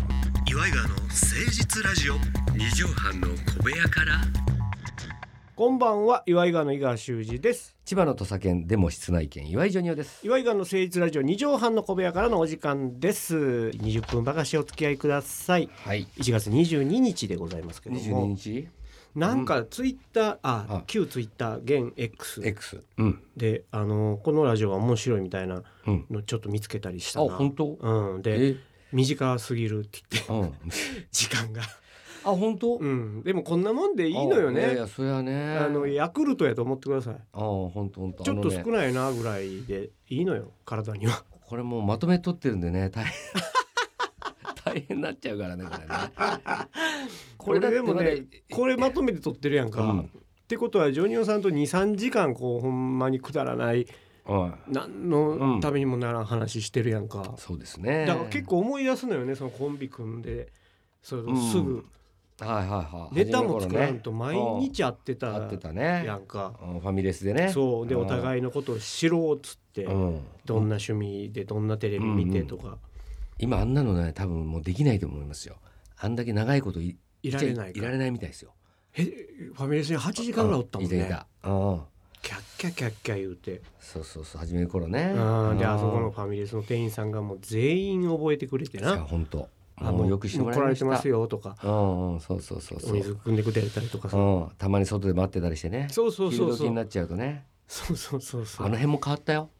イガーの誠実ラジオ二畳半の小部屋からこんばんは岩井川の井川修司です千葉の土佐犬でも室内犬岩井ジョニオです岩井川の誠実ラジオ二畳半の小部屋からのお時間です20分ばかしお付き合いくださいはい1月22日でございますけど22も日なんかツイッターあ、あ旧ツイッター現 X X うんであのこのラジオが面白いみたいなうんのちょっと見つけたりしあたな本当うんでえ短すぎるって言って うん時間 があ本当うんでもこんなもんでいいのよあいやいねやそやねあのヤクルトやと思ってくださいあ本当本当ちょっと少ねないなぐらいでいいのよ体にはこれもうまとめ取ってるんでね大変 大変になっちゃうからねこれねこれでもだってねこれまとめて撮ってるやんか、うんってことはジョニオさんと23時間こうほんまにくだらないまだうんう何んのためにもならん話してるやんか、そうですねだから結構思い出すのよねそのコンビ組んでそのすぐ、はいはいはいネタも作らんと毎日会って合たってたねやんか、うんファミレスでねそうでおい互いのことを知ろうっつって、どんな趣味でどんなテレビ見てとか、今あんなのね多分もうできないと思いますよあんだけ長いこといいられないいかられないみたいですよえファミレスに8時間ぐらいおったもんね、いたいたうんキャッキャキャッキャ言うて。そうそうそう初めの頃ねうんであそこのファミレスの店員さんがもう全員覚えてくれていやな本当あもうよくしてもらいもう来らまれしてたますよとかうんうんそうそうそうおそう水汲んでくれたりとかさうんたまに外で待ってたりしてねそうそうそう昼時そになうっちゃうとねそうそうそうそあうの辺も変わったよ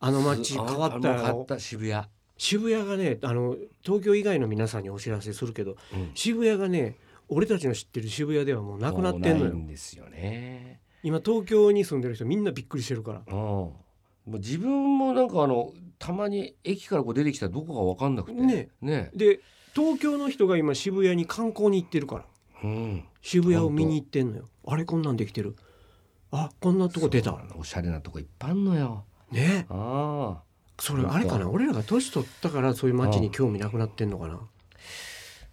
あの街変わったあの変わよった渋谷渋谷がねあの東京以外の皆さんにお知らせするけどうん渋谷がね俺たちの知ってる渋谷ではもうなくなってんもうのないよんですよね今東京に住んでる人みんなびっくりしてるからうんもう自分もなんかあのたまに駅からこう出てきたらどこか分かんなくてねねで東京の人が今渋谷に観光に行ってるからうん渋谷を見に行ってんのよあれこんなんできてるあこんなとこ出たそうおしゃれなとこいっぱいあんのよねああそれあれかな俺らが年取ったからそういう街に興味なくなってんのかな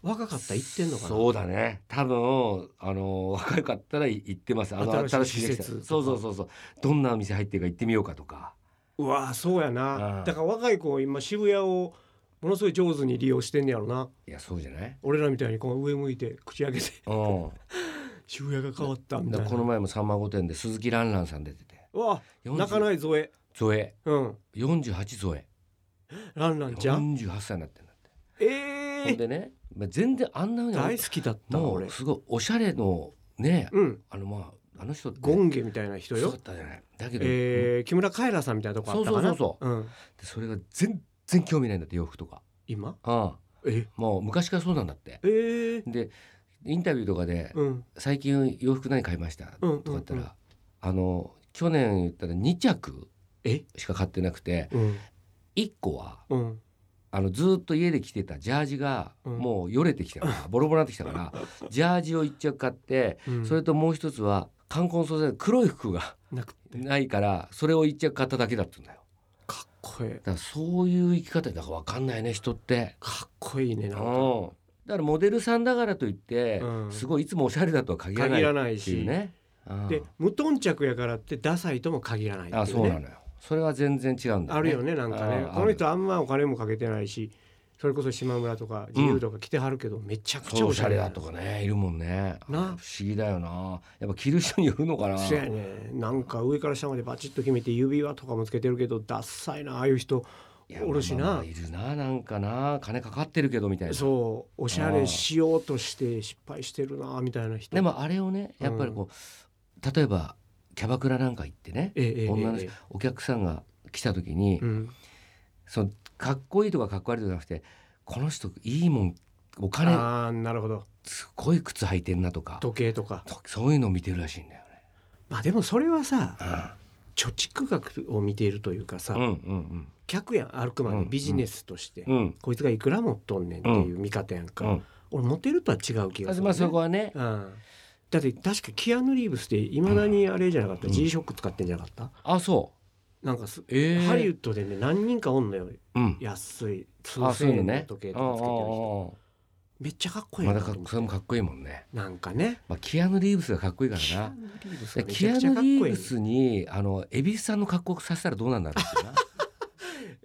若かったら行ってんのかなそうだね多分あの若かったら行ってますあの新新ししいい施設施設そうそうそうそうどんなお店入ってるか行ってみようかとかうわあそうやうなんだから若い子は今渋谷をものすごい上手に利用してんねやろないやそうじゃない俺らみたいにこう上向いて口開けて うん渋谷が変わったみただいからこなの前も「さんま御殿」で鈴木蘭蘭さん出ててうわあ40泣かないぞえゾエうん48ゾエランランちゃん48歳になってんだってえほんえでね、まあ、全然あんなふうに大好きだったも俺うすごいおしゃれのねうんあのまああの人ってゴンゲみたいな人そうよだったじゃないだけど、えー、木村カエラさんみたいなとこあったかな、そうそうそうん、でそれが全然興味ないんだって洋服とか。今あえあもう昔からそうなんだって。えー、でインタビューとかでうん「最近洋服何買いました?」うんうんうんとか言ったら「あの去年言ったら2着えしか買ってなくてうん1個はうんあのずーっと家で着てたジャージがうんもうよれてきた からボロボロになってきたからジャージを1着買ってうんそれともう一つは冠婚葬祭で黒い服がなくてないからそれを1着買っただけだったんだよ。かっこいいだからそういう生き方だから分かんないね人って。かっこいいねなんかうんだからモデルさんだからといって、うんすごいいつもおしゃれだとは限らない限らっないていうし、ね。うんで無頓着やからってダサいとも限らないっていう、ね、あそうなのよ。それは全然違うんだあるよねなんかねああこの人あんまお金もかけてないしそれこそ島村とか自由とか着てはるけど、めちゃくちゃそうおおししゃゃれれだだととかかねいるもんね。な不思議だよな。やっぱ着る人によるのかな。そうやねなんか上から下までバチッと決めて指輪とかもつけてるけどダッサいなああいう人いやおるしなまあまあまあいるななんかな金かかってるけどみたいな。そうおしゃれしようとして失敗してるなみたいな人でもあれをねやっぱりこう、例えばキャバクラなんか行ってね、ええええ女のえ人えお客さんが来た時に、うん、そのかっこいいとかかっこ悪いとかじゃなくてこの人いいもんお金ああなるほどすごい靴履いてんなとか時計とかとそういうのを見てるらしいんだよね。まあでもそれはさ貯蓄額を見ているというかさ、うんうん客やんあくまうでんビジネスとして、うんうん。こいつがいくら持っとんねんっていう見方やんか、うん俺モテるとは違う気がする、まあそこはね。うん、だって確かキアヌ・リーブスっていまだにあれじゃなかった、うん G ショック使ってんじゃなかったあそう。なんかす、ええ。ハリウッドでね何人かおんのようん。安い通あそういう製ののね。時計とかつけてる人めっちゃかっこいいまなだとかっ思っそてれもかっこいいもんね。なんかねまあキアヌリーブスがかっこいいかキらアな。ヌ・リーブスがめキちゃアくヌちゃかっこいいリーブスにあのエビスさんの格好させたらどうなんだろうっていうな。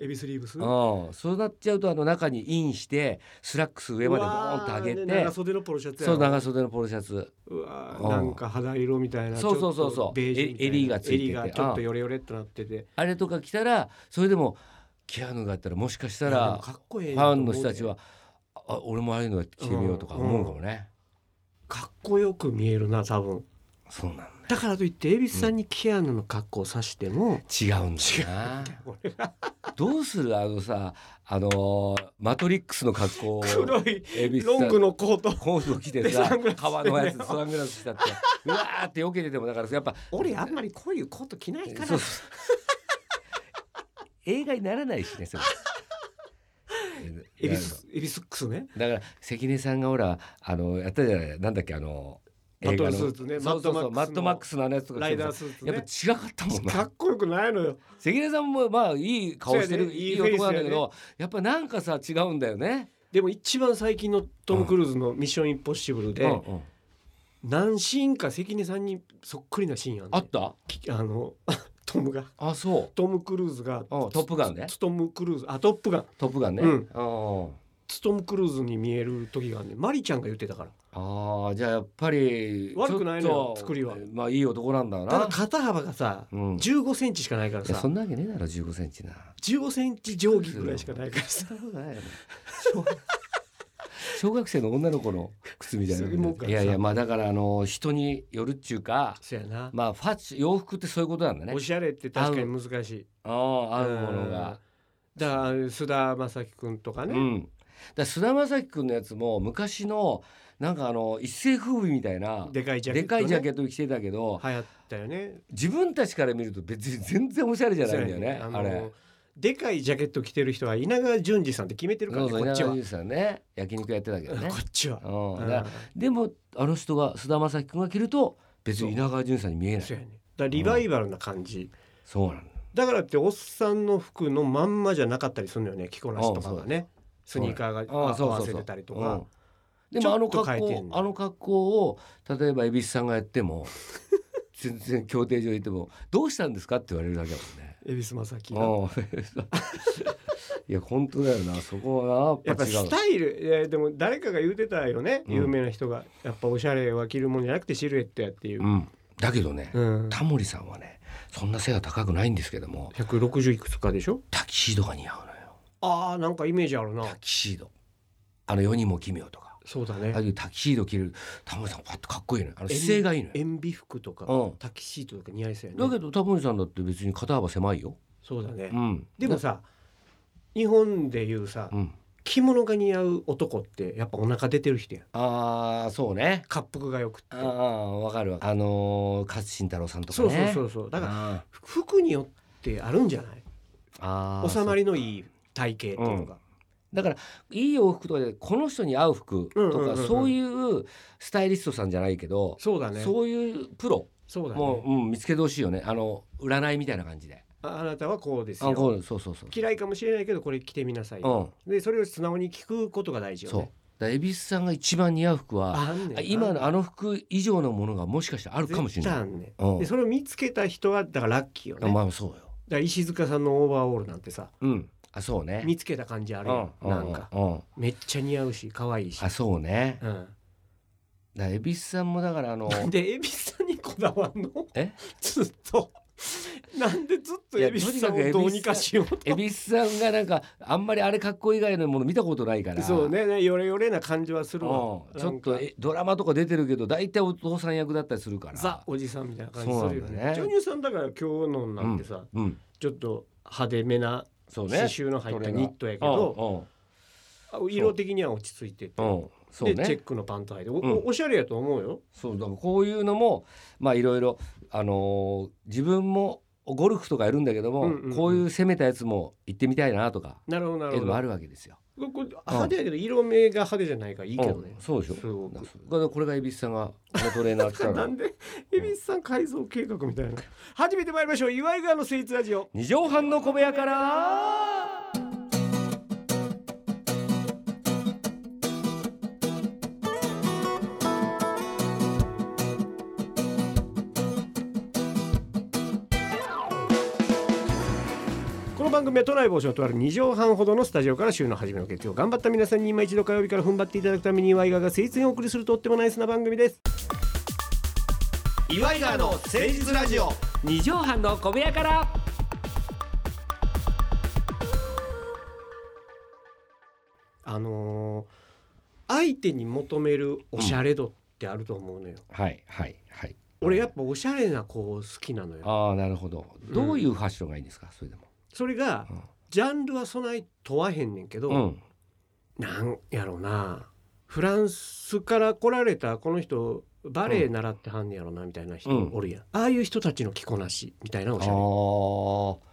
エビスリーブスうん、そうなっちゃうとあの中にインしてスラックス上までボーンと上げうわーでて長袖のポロシャツやろそう長袖のポロシャツうわうーんなんか肌色みたいなそうそうそうそうちょっとベージュみたいなえ襟がついてて襟がちょっとヨレヨレっとなっててあれとか着たらそれでもキアヌがあったらもしかしたいやでらもフかっこええなァとン思のうで人たちはあ俺もああいうの着てみようとか思うかもね、かっこよく見えるな多分そうなんだからといって恵比寿さんにキアヌの格好をさしても、違うんだよ などうするあのさあのーマトリックスの格好を黒いエビスロングのコートコート着てでサさングラス革のやつしてねサングラスしたってうわーって避けててもだからやっぱ俺あんまりこういうコート着ないからそう そう映画にならないしね それ。エビスエビスックスねだから関根さんがほらあのやったじゃないなんだっけあのバ映トル画のスーツねそうそうそうママッッドドママッッククスのあのやつとか着てライさダースーツやっねぱ違かったもんなかっこよくないのよ関根さんもまあいい顔してそうるやねいいいいフェイス男なんだやけねどやっぱなんかさ違うんだよね。でも一番最近のトム・クルーズの「ミッション・インポッシブルで」うんうん何シーンか関根さんにそっくりなシーンあんねあった？きあの トムがあそう。トム・クルーズがうんトップガンねツトム・クルーズあトップガントップガンね。うんうんツトム・クルーズに見える時があんねマリちゃんが言ってたからああじゃあやっぱり悪くないちのよょっと作りはまあいい男なんだな。ただ肩幅がさうん。い1 5ンチしかないからやそさんなわけねえだろ15センチな。 1 5ンチ定規ぐらいしかないからさ そんなことないよね。小学 小学生の女の子の靴みたいそういうもんな。かいやいやまあだからあの人によるっちゅうか。そやな、まあファッシ洋服ってそういうことなんだねお。しゃれって確かに難しいああ合うものうんが。だから須田まさきくんとかね、うん、だから菅田将暉君のやつも昔のなんかあの一世風靡みたいなでかいジャケッでト、かね、いジャケット着てたけど、流行ったよね自分たちから見ると別に全然おしゃれじゃないんだよねそうやあねのれ。でかいジャケット着てる人は稲川淳二さんって決めてるからそうねそうこっ稲ちは、川淳二さんね焼肉やってたけどねこ。っちは、うんうだんからでもあの人が菅田将暉君が着ると別に稲川淳二さんに見えないそうやねだからリバイバルな感じ、そうなんだだからっておっさんの服のまんまじゃなかったりするのよね着こなしとかがねスそうニーカーがあああそ合うわそうせそうてたりとうかんでもあの格ちょっと変えて好んのあの格好を例えば蛭子さんがやっても 全然競艇場行っても「どうしたんですか?」って言われるだけだもんね。蛭子正樹が。うん いや本当だよなそこはなややっっぱぱ違うスタイルいやでも誰かが言うてたよね、うん有名な人がやっぱおしゃれは着るもんじゃなくてシルエットやっていう、うん、だけどね、うん、タモリさんはねそんな背が高くないんですけども160いくつかでしょタキシードが似合うのよあーなんかイメージあるなタキシードあの世にも奇妙とかそうだああねいうタキシード着るタモリさんパッとかっこいいのよあの姿勢がいいのよ、塩ビ服とか、うんタキシートとか似合いそうやねだけどタモリさんだって別に肩幅狭いよ、そうだね、うん、でもさ日本でいうさ、うん、着物が似合う男ってやっぱお腹出てる人やんああそうね滑腹がよくっあてあわかるわあのー、勝新太郎さんとかそうねそうそううそうだからら服によってあるんじゃないあー収まりのいい体型っていうのが、だからいい洋服とかでこの人に合う服とか、うんうんうんうんそういうスタイリストさんじゃないけどそうだねそうそういうプロだねもう、うん、見つけてほしいよねあの占いみたいな感じでああなたはこうですあこようそうそうそう嫌いかもしれないけどこれ着てみなさい、うんでそれを素直に聞くことが大事よそうだねから恵比寿さんが一番似合う服はあんねん今のあの服以上のものがもしかしてあるかもしれ絶対なあい、んねんうんでそれを見つけた人はだからラッキーよね、だかまあそうよら石塚さんのオーバーオールなんてさうんあそうね見つけた感じあるよ、うんなんか、うんうんめっちゃ似合うし可愛いしあそうねうんだから恵比寿さんもだからあので恵比寿さんにこだわんのえずっとなんでずっといや恵比寿さんをどうにかしようと恵比寿さんがなんかあんまりあれかっこいい以外のもの見たことないからそうねねヨレヨレな感じはするわうん、ちょっとなんかえドラマとか出てるけど大体お父さん役だったりするからザおじさんみたいな感じするよそうなんだねねジョニオさんだから今日のなんてさ、うんちょっと派手めなそう刺ね繍の入ったそれがニットやけど、色的には落ち着いててうんうんうんそうでチェねックのパント履いてお,、うんおしゃれやと思うよそうだからこういうのもまあいろいろあのー自分もゴルフとかやるんだけども、うんうんうんこういう攻めたやつも行ってみたいなとかなるほどなっるていうほのもあどるわけですよ。ここ派手やけど色目が派手じゃないからいいけどねうん、そうでしょすごくだからこれが恵比寿さんがこのトレーナー来たならんで恵比寿さん改造計画みたいな初めて参りましょう岩井川のスイーツラジオ二畳半の小部屋からこの番番組は都内防止のとある2畳半ほどのスタジオから週の初めの月曜頑張った皆さんに今一度火曜日から踏ん張っていただくために岩井川が誠実にお送りするとってもナイスな番組です岩井川の誠実ラジオ二畳半の小部屋からあのー相手に求めるおしゃれ度ってあると思うのよ、はいはいはい俺やっぱおしゃれな子好きなのよああなるほどんどういうファッションがいいんですかそれでもそれがうんジャンルはそない問わへんねんけど、うんなんやろうなフランスから来られたこの人バレエ習ってはんねやろなみたいな人うんおるやん、ああいう人たちの着こなしみたいなおしゃれあー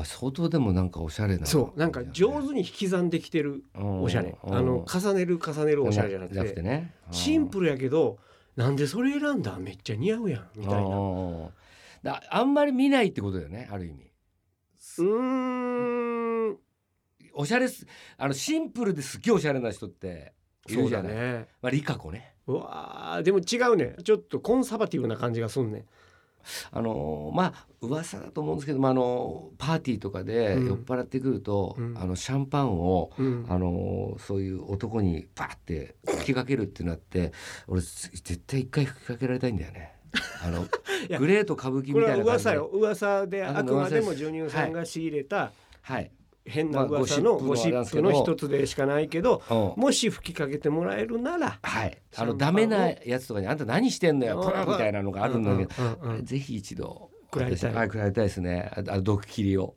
あ相当でもなんかおしゃれなそうなんか上手に引き算できてるおおしゃれ、あの重ねる重ねるおしゃれじゃなくてねシンプルやけどなんでそれ選んだめっちゃ似合うやんみたいなうなだあんまり見ないってことだよねある意味ーんおしゃれすあのシンプルですっげえおしゃれな人っていそるうじゃだない、ねまあ、リカ子ねうわーでも違うねちょっとコンサバティブな感じがすんねあのーまあ噂だと思うんですけど、まあ、あのーパーティーとかでうん酔っ払ってくると、うんあのシャンパンをうんあのーそういう男にパーって吹きかけるってなって俺絶対一回吹きかけられたいんだよね。あの いやグレーと歌舞伎こみれたはいな感じで噂よ噂でああのくまで噂もですジュニオさんが仕入れたはい、変な噂のまあゴゴシシッッププのの一つでしかないけどうんもし吹きかけてもらえるならはい、シャあンパンをのダメなやつとかに「あんた何してんだようんプー」みたいなのがあるんだけど、うんうんうんぜひ一度食らいたい私はい食らいたいですねああ毒切り を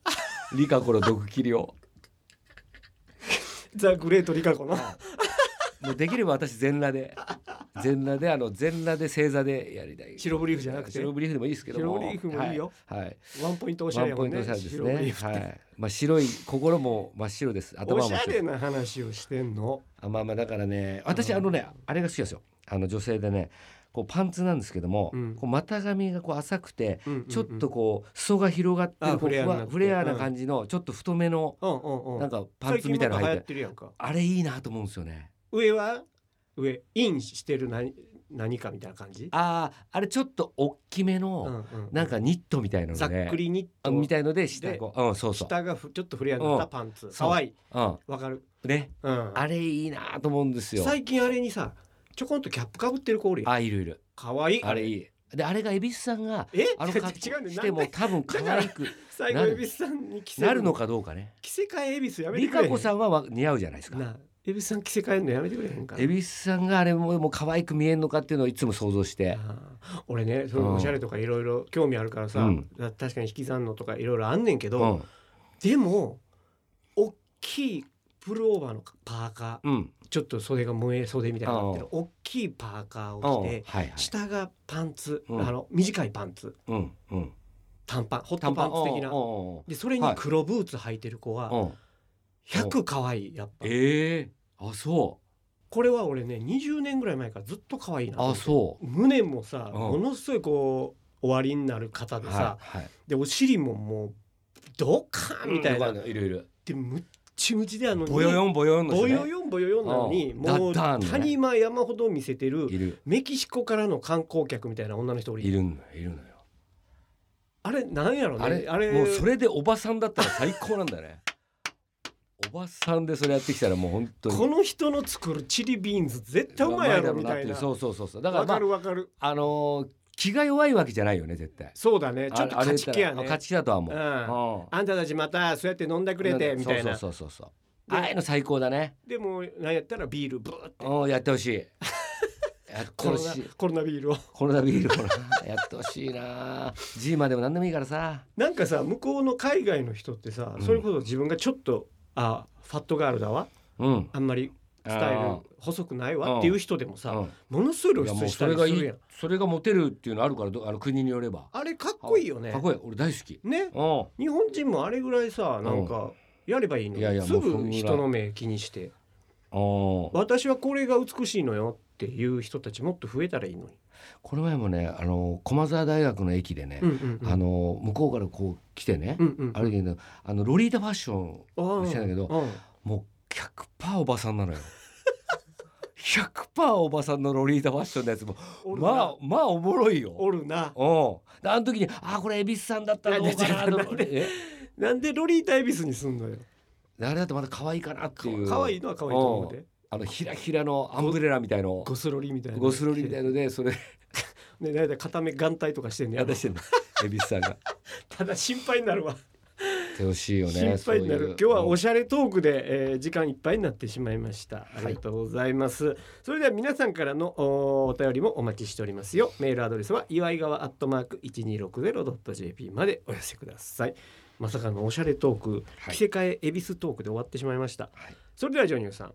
リカコの毒切りをザ・グレート・リカコのもうできれば私全裸で全裸であの全裸で正座でやりたい白ブリーフじゃなくて白ブリーフでもいいですけども白ブリーフもいいよはい、はいワンポイントおしゃワれンやポもイんントねおしゃれです白ブリーね。フっはてい。まあ白い心も真っ白です。頭おもし真っゃ白れ。な話をしてんのあまあまあだからね、私あのねあれが好きなんですよ。あの女性でね、こうパンツなんですけども、うんこう股上がこう浅くて、うんうんうんちょっとこう裾が広がってあるこうフレふアにわなってフレアな感じのちょっと太めのうんうんうなんんかパン最ツみ近たないんなの履い、か流行っててるやんかあれいいなと思うんですよね。上は上インしてる何何かみたいな感じあああれちょっと大きめうんの、うんなんかニットみたいなのね。ざっくりにあみたいので下こううんそうそう。下がふちょっとフレアになったパンツそう可愛いうんわかるねうんあれいいなと思うんですよ。最近あれにさちょこんとキャップかぶってる子おるやんあいるいる。かわいいあれいい。であれが恵比寿さんがえあの違う格好 違うねしてなもんで多分可愛く最後なる恵比寿さんに着せなるのかどうかね。着せ替え恵比寿やめてリくれへんカ子さんはわ似合うじゃないですか。なあ恵比寿さん着せ替えるのやめてくれへんか恵比寿さんがあれももう可愛く見えるのかっていうのをいつも想像して。ああ俺ねそういうおしゃれとかいろいろ興味あるからさ、うんだ確かに引き算のとかいろいろあんねんけうど、ん。でも大きいプルオーバーのパーカうん。ーちょっと袖が萌え袖みたいになってる大きいパーカーうんを着はいてはい。下がパンツ、うんあの短いパンツうんうん。短パンホットパンツ的なうんうんでそれに黒ブーツ履いてる子はうんうん。 100可愛いやっぱええ。あそこれは俺ね20年ぐらい前からずっと可愛いなう。と思あってそ胸もさうんものすごいこう終わりになる方う。では、さいはい。でお尻ももうドカーンみたいな、うんいろいろ。でむっちむちであのボヨヨンボヨヨンの人ボね。ヨヨンボヨヨンなのにうんもうダダーンのね谷間山ほど見せてるいるメキシコからの観光客みたいな女の人おいりるのよいるのよ。あれなんやろねあれあれもうそれでおばさんだったら最高なんだねおばさんでそれやってきたらもう本当にこの人の作るチリビーンズ絶対うまいやろみたうまだろうっいてなうそうそうそうそうだから、わまかある、わかるあのー気が弱いわけじゃないよね絶対そうだねちょっとあれ勝ち気あやね勝ち気だとは思う、うんうんあんたたちまたそうやって飲んだくれてみたいなそうそうそうそうそうでああいうの最高だねでもうなんやったらビールブーってうんやって ほしいやってコほロナしいコロナビールをコロナビールもなやってほしいな G までも何でもいいからさなんかさ向こうの海外の人ってさ、うんそれこそ自分がちょっとあファットガールだわうんあんまりスタイル細くないわっていう人でもさ、うんものすごいいや露も出うしそたりれすがいるやいんそれがモテるっていうのあるからどあの国によればあれかっこいいよねかっこいい俺大好きねうん日本人もあれぐらいさなんかやればいいのにいやいやすもうそんぐぐらい人の目気にしておー私はこれが美しいのよっていう人たちもっと増えたらいいのに、この前もねあの駒沢大学の駅でね、うんうんうんあの向こうからこう来てね、うんうん、歩いてるんだけどあのロリータファッションああしてたけどうんもう100%おばさんな のよ100%おばさんのロリータファッションのやつもおるな、まあまあおもろいよ。おるなうんであの時に「あーこれ恵比寿さんだったのかな」いやいや違うとかえなんでロリータ恵比寿にすんのよあれだとまだ可愛いかなっていう可愛いのは可愛いと思ううんであのひらひらのアンブレラみたいのゴスロリみたいなゴスロリみたいのでそれねだいたい固め眼帯とかしてんねやろ 私 してんの蛭子さんがただ心配になるわ手欲しいよね心配になるそういう今日はおしゃれトークで、えー時間いっぱいになってしまいましたありがとうございます、それでは皆さんからのおお便りもお待ちしておりますよメールアドレスは祝い川アットマーク 1260.jp までお寄せくださいまさかのおしゃれトーク、はい着せ替え恵比寿トークで終わってしまいました、いそれではジョニオさん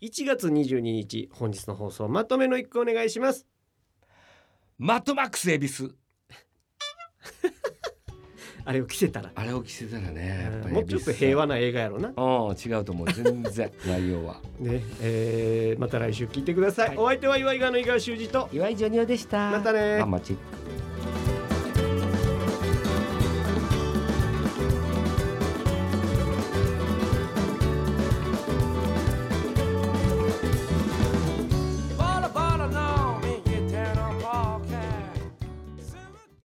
1月22日本日の放送まとめの一句お願いしますマットマックス恵比寿あれを着せたらあれを着せたらねやっぱりもうちょっと平和な映画やろな和うん違うと思う全然内容はね、えーまた来週聞いてください、お相手は岩井川の井川修司と岩井ジョニオでしたまたねママチェック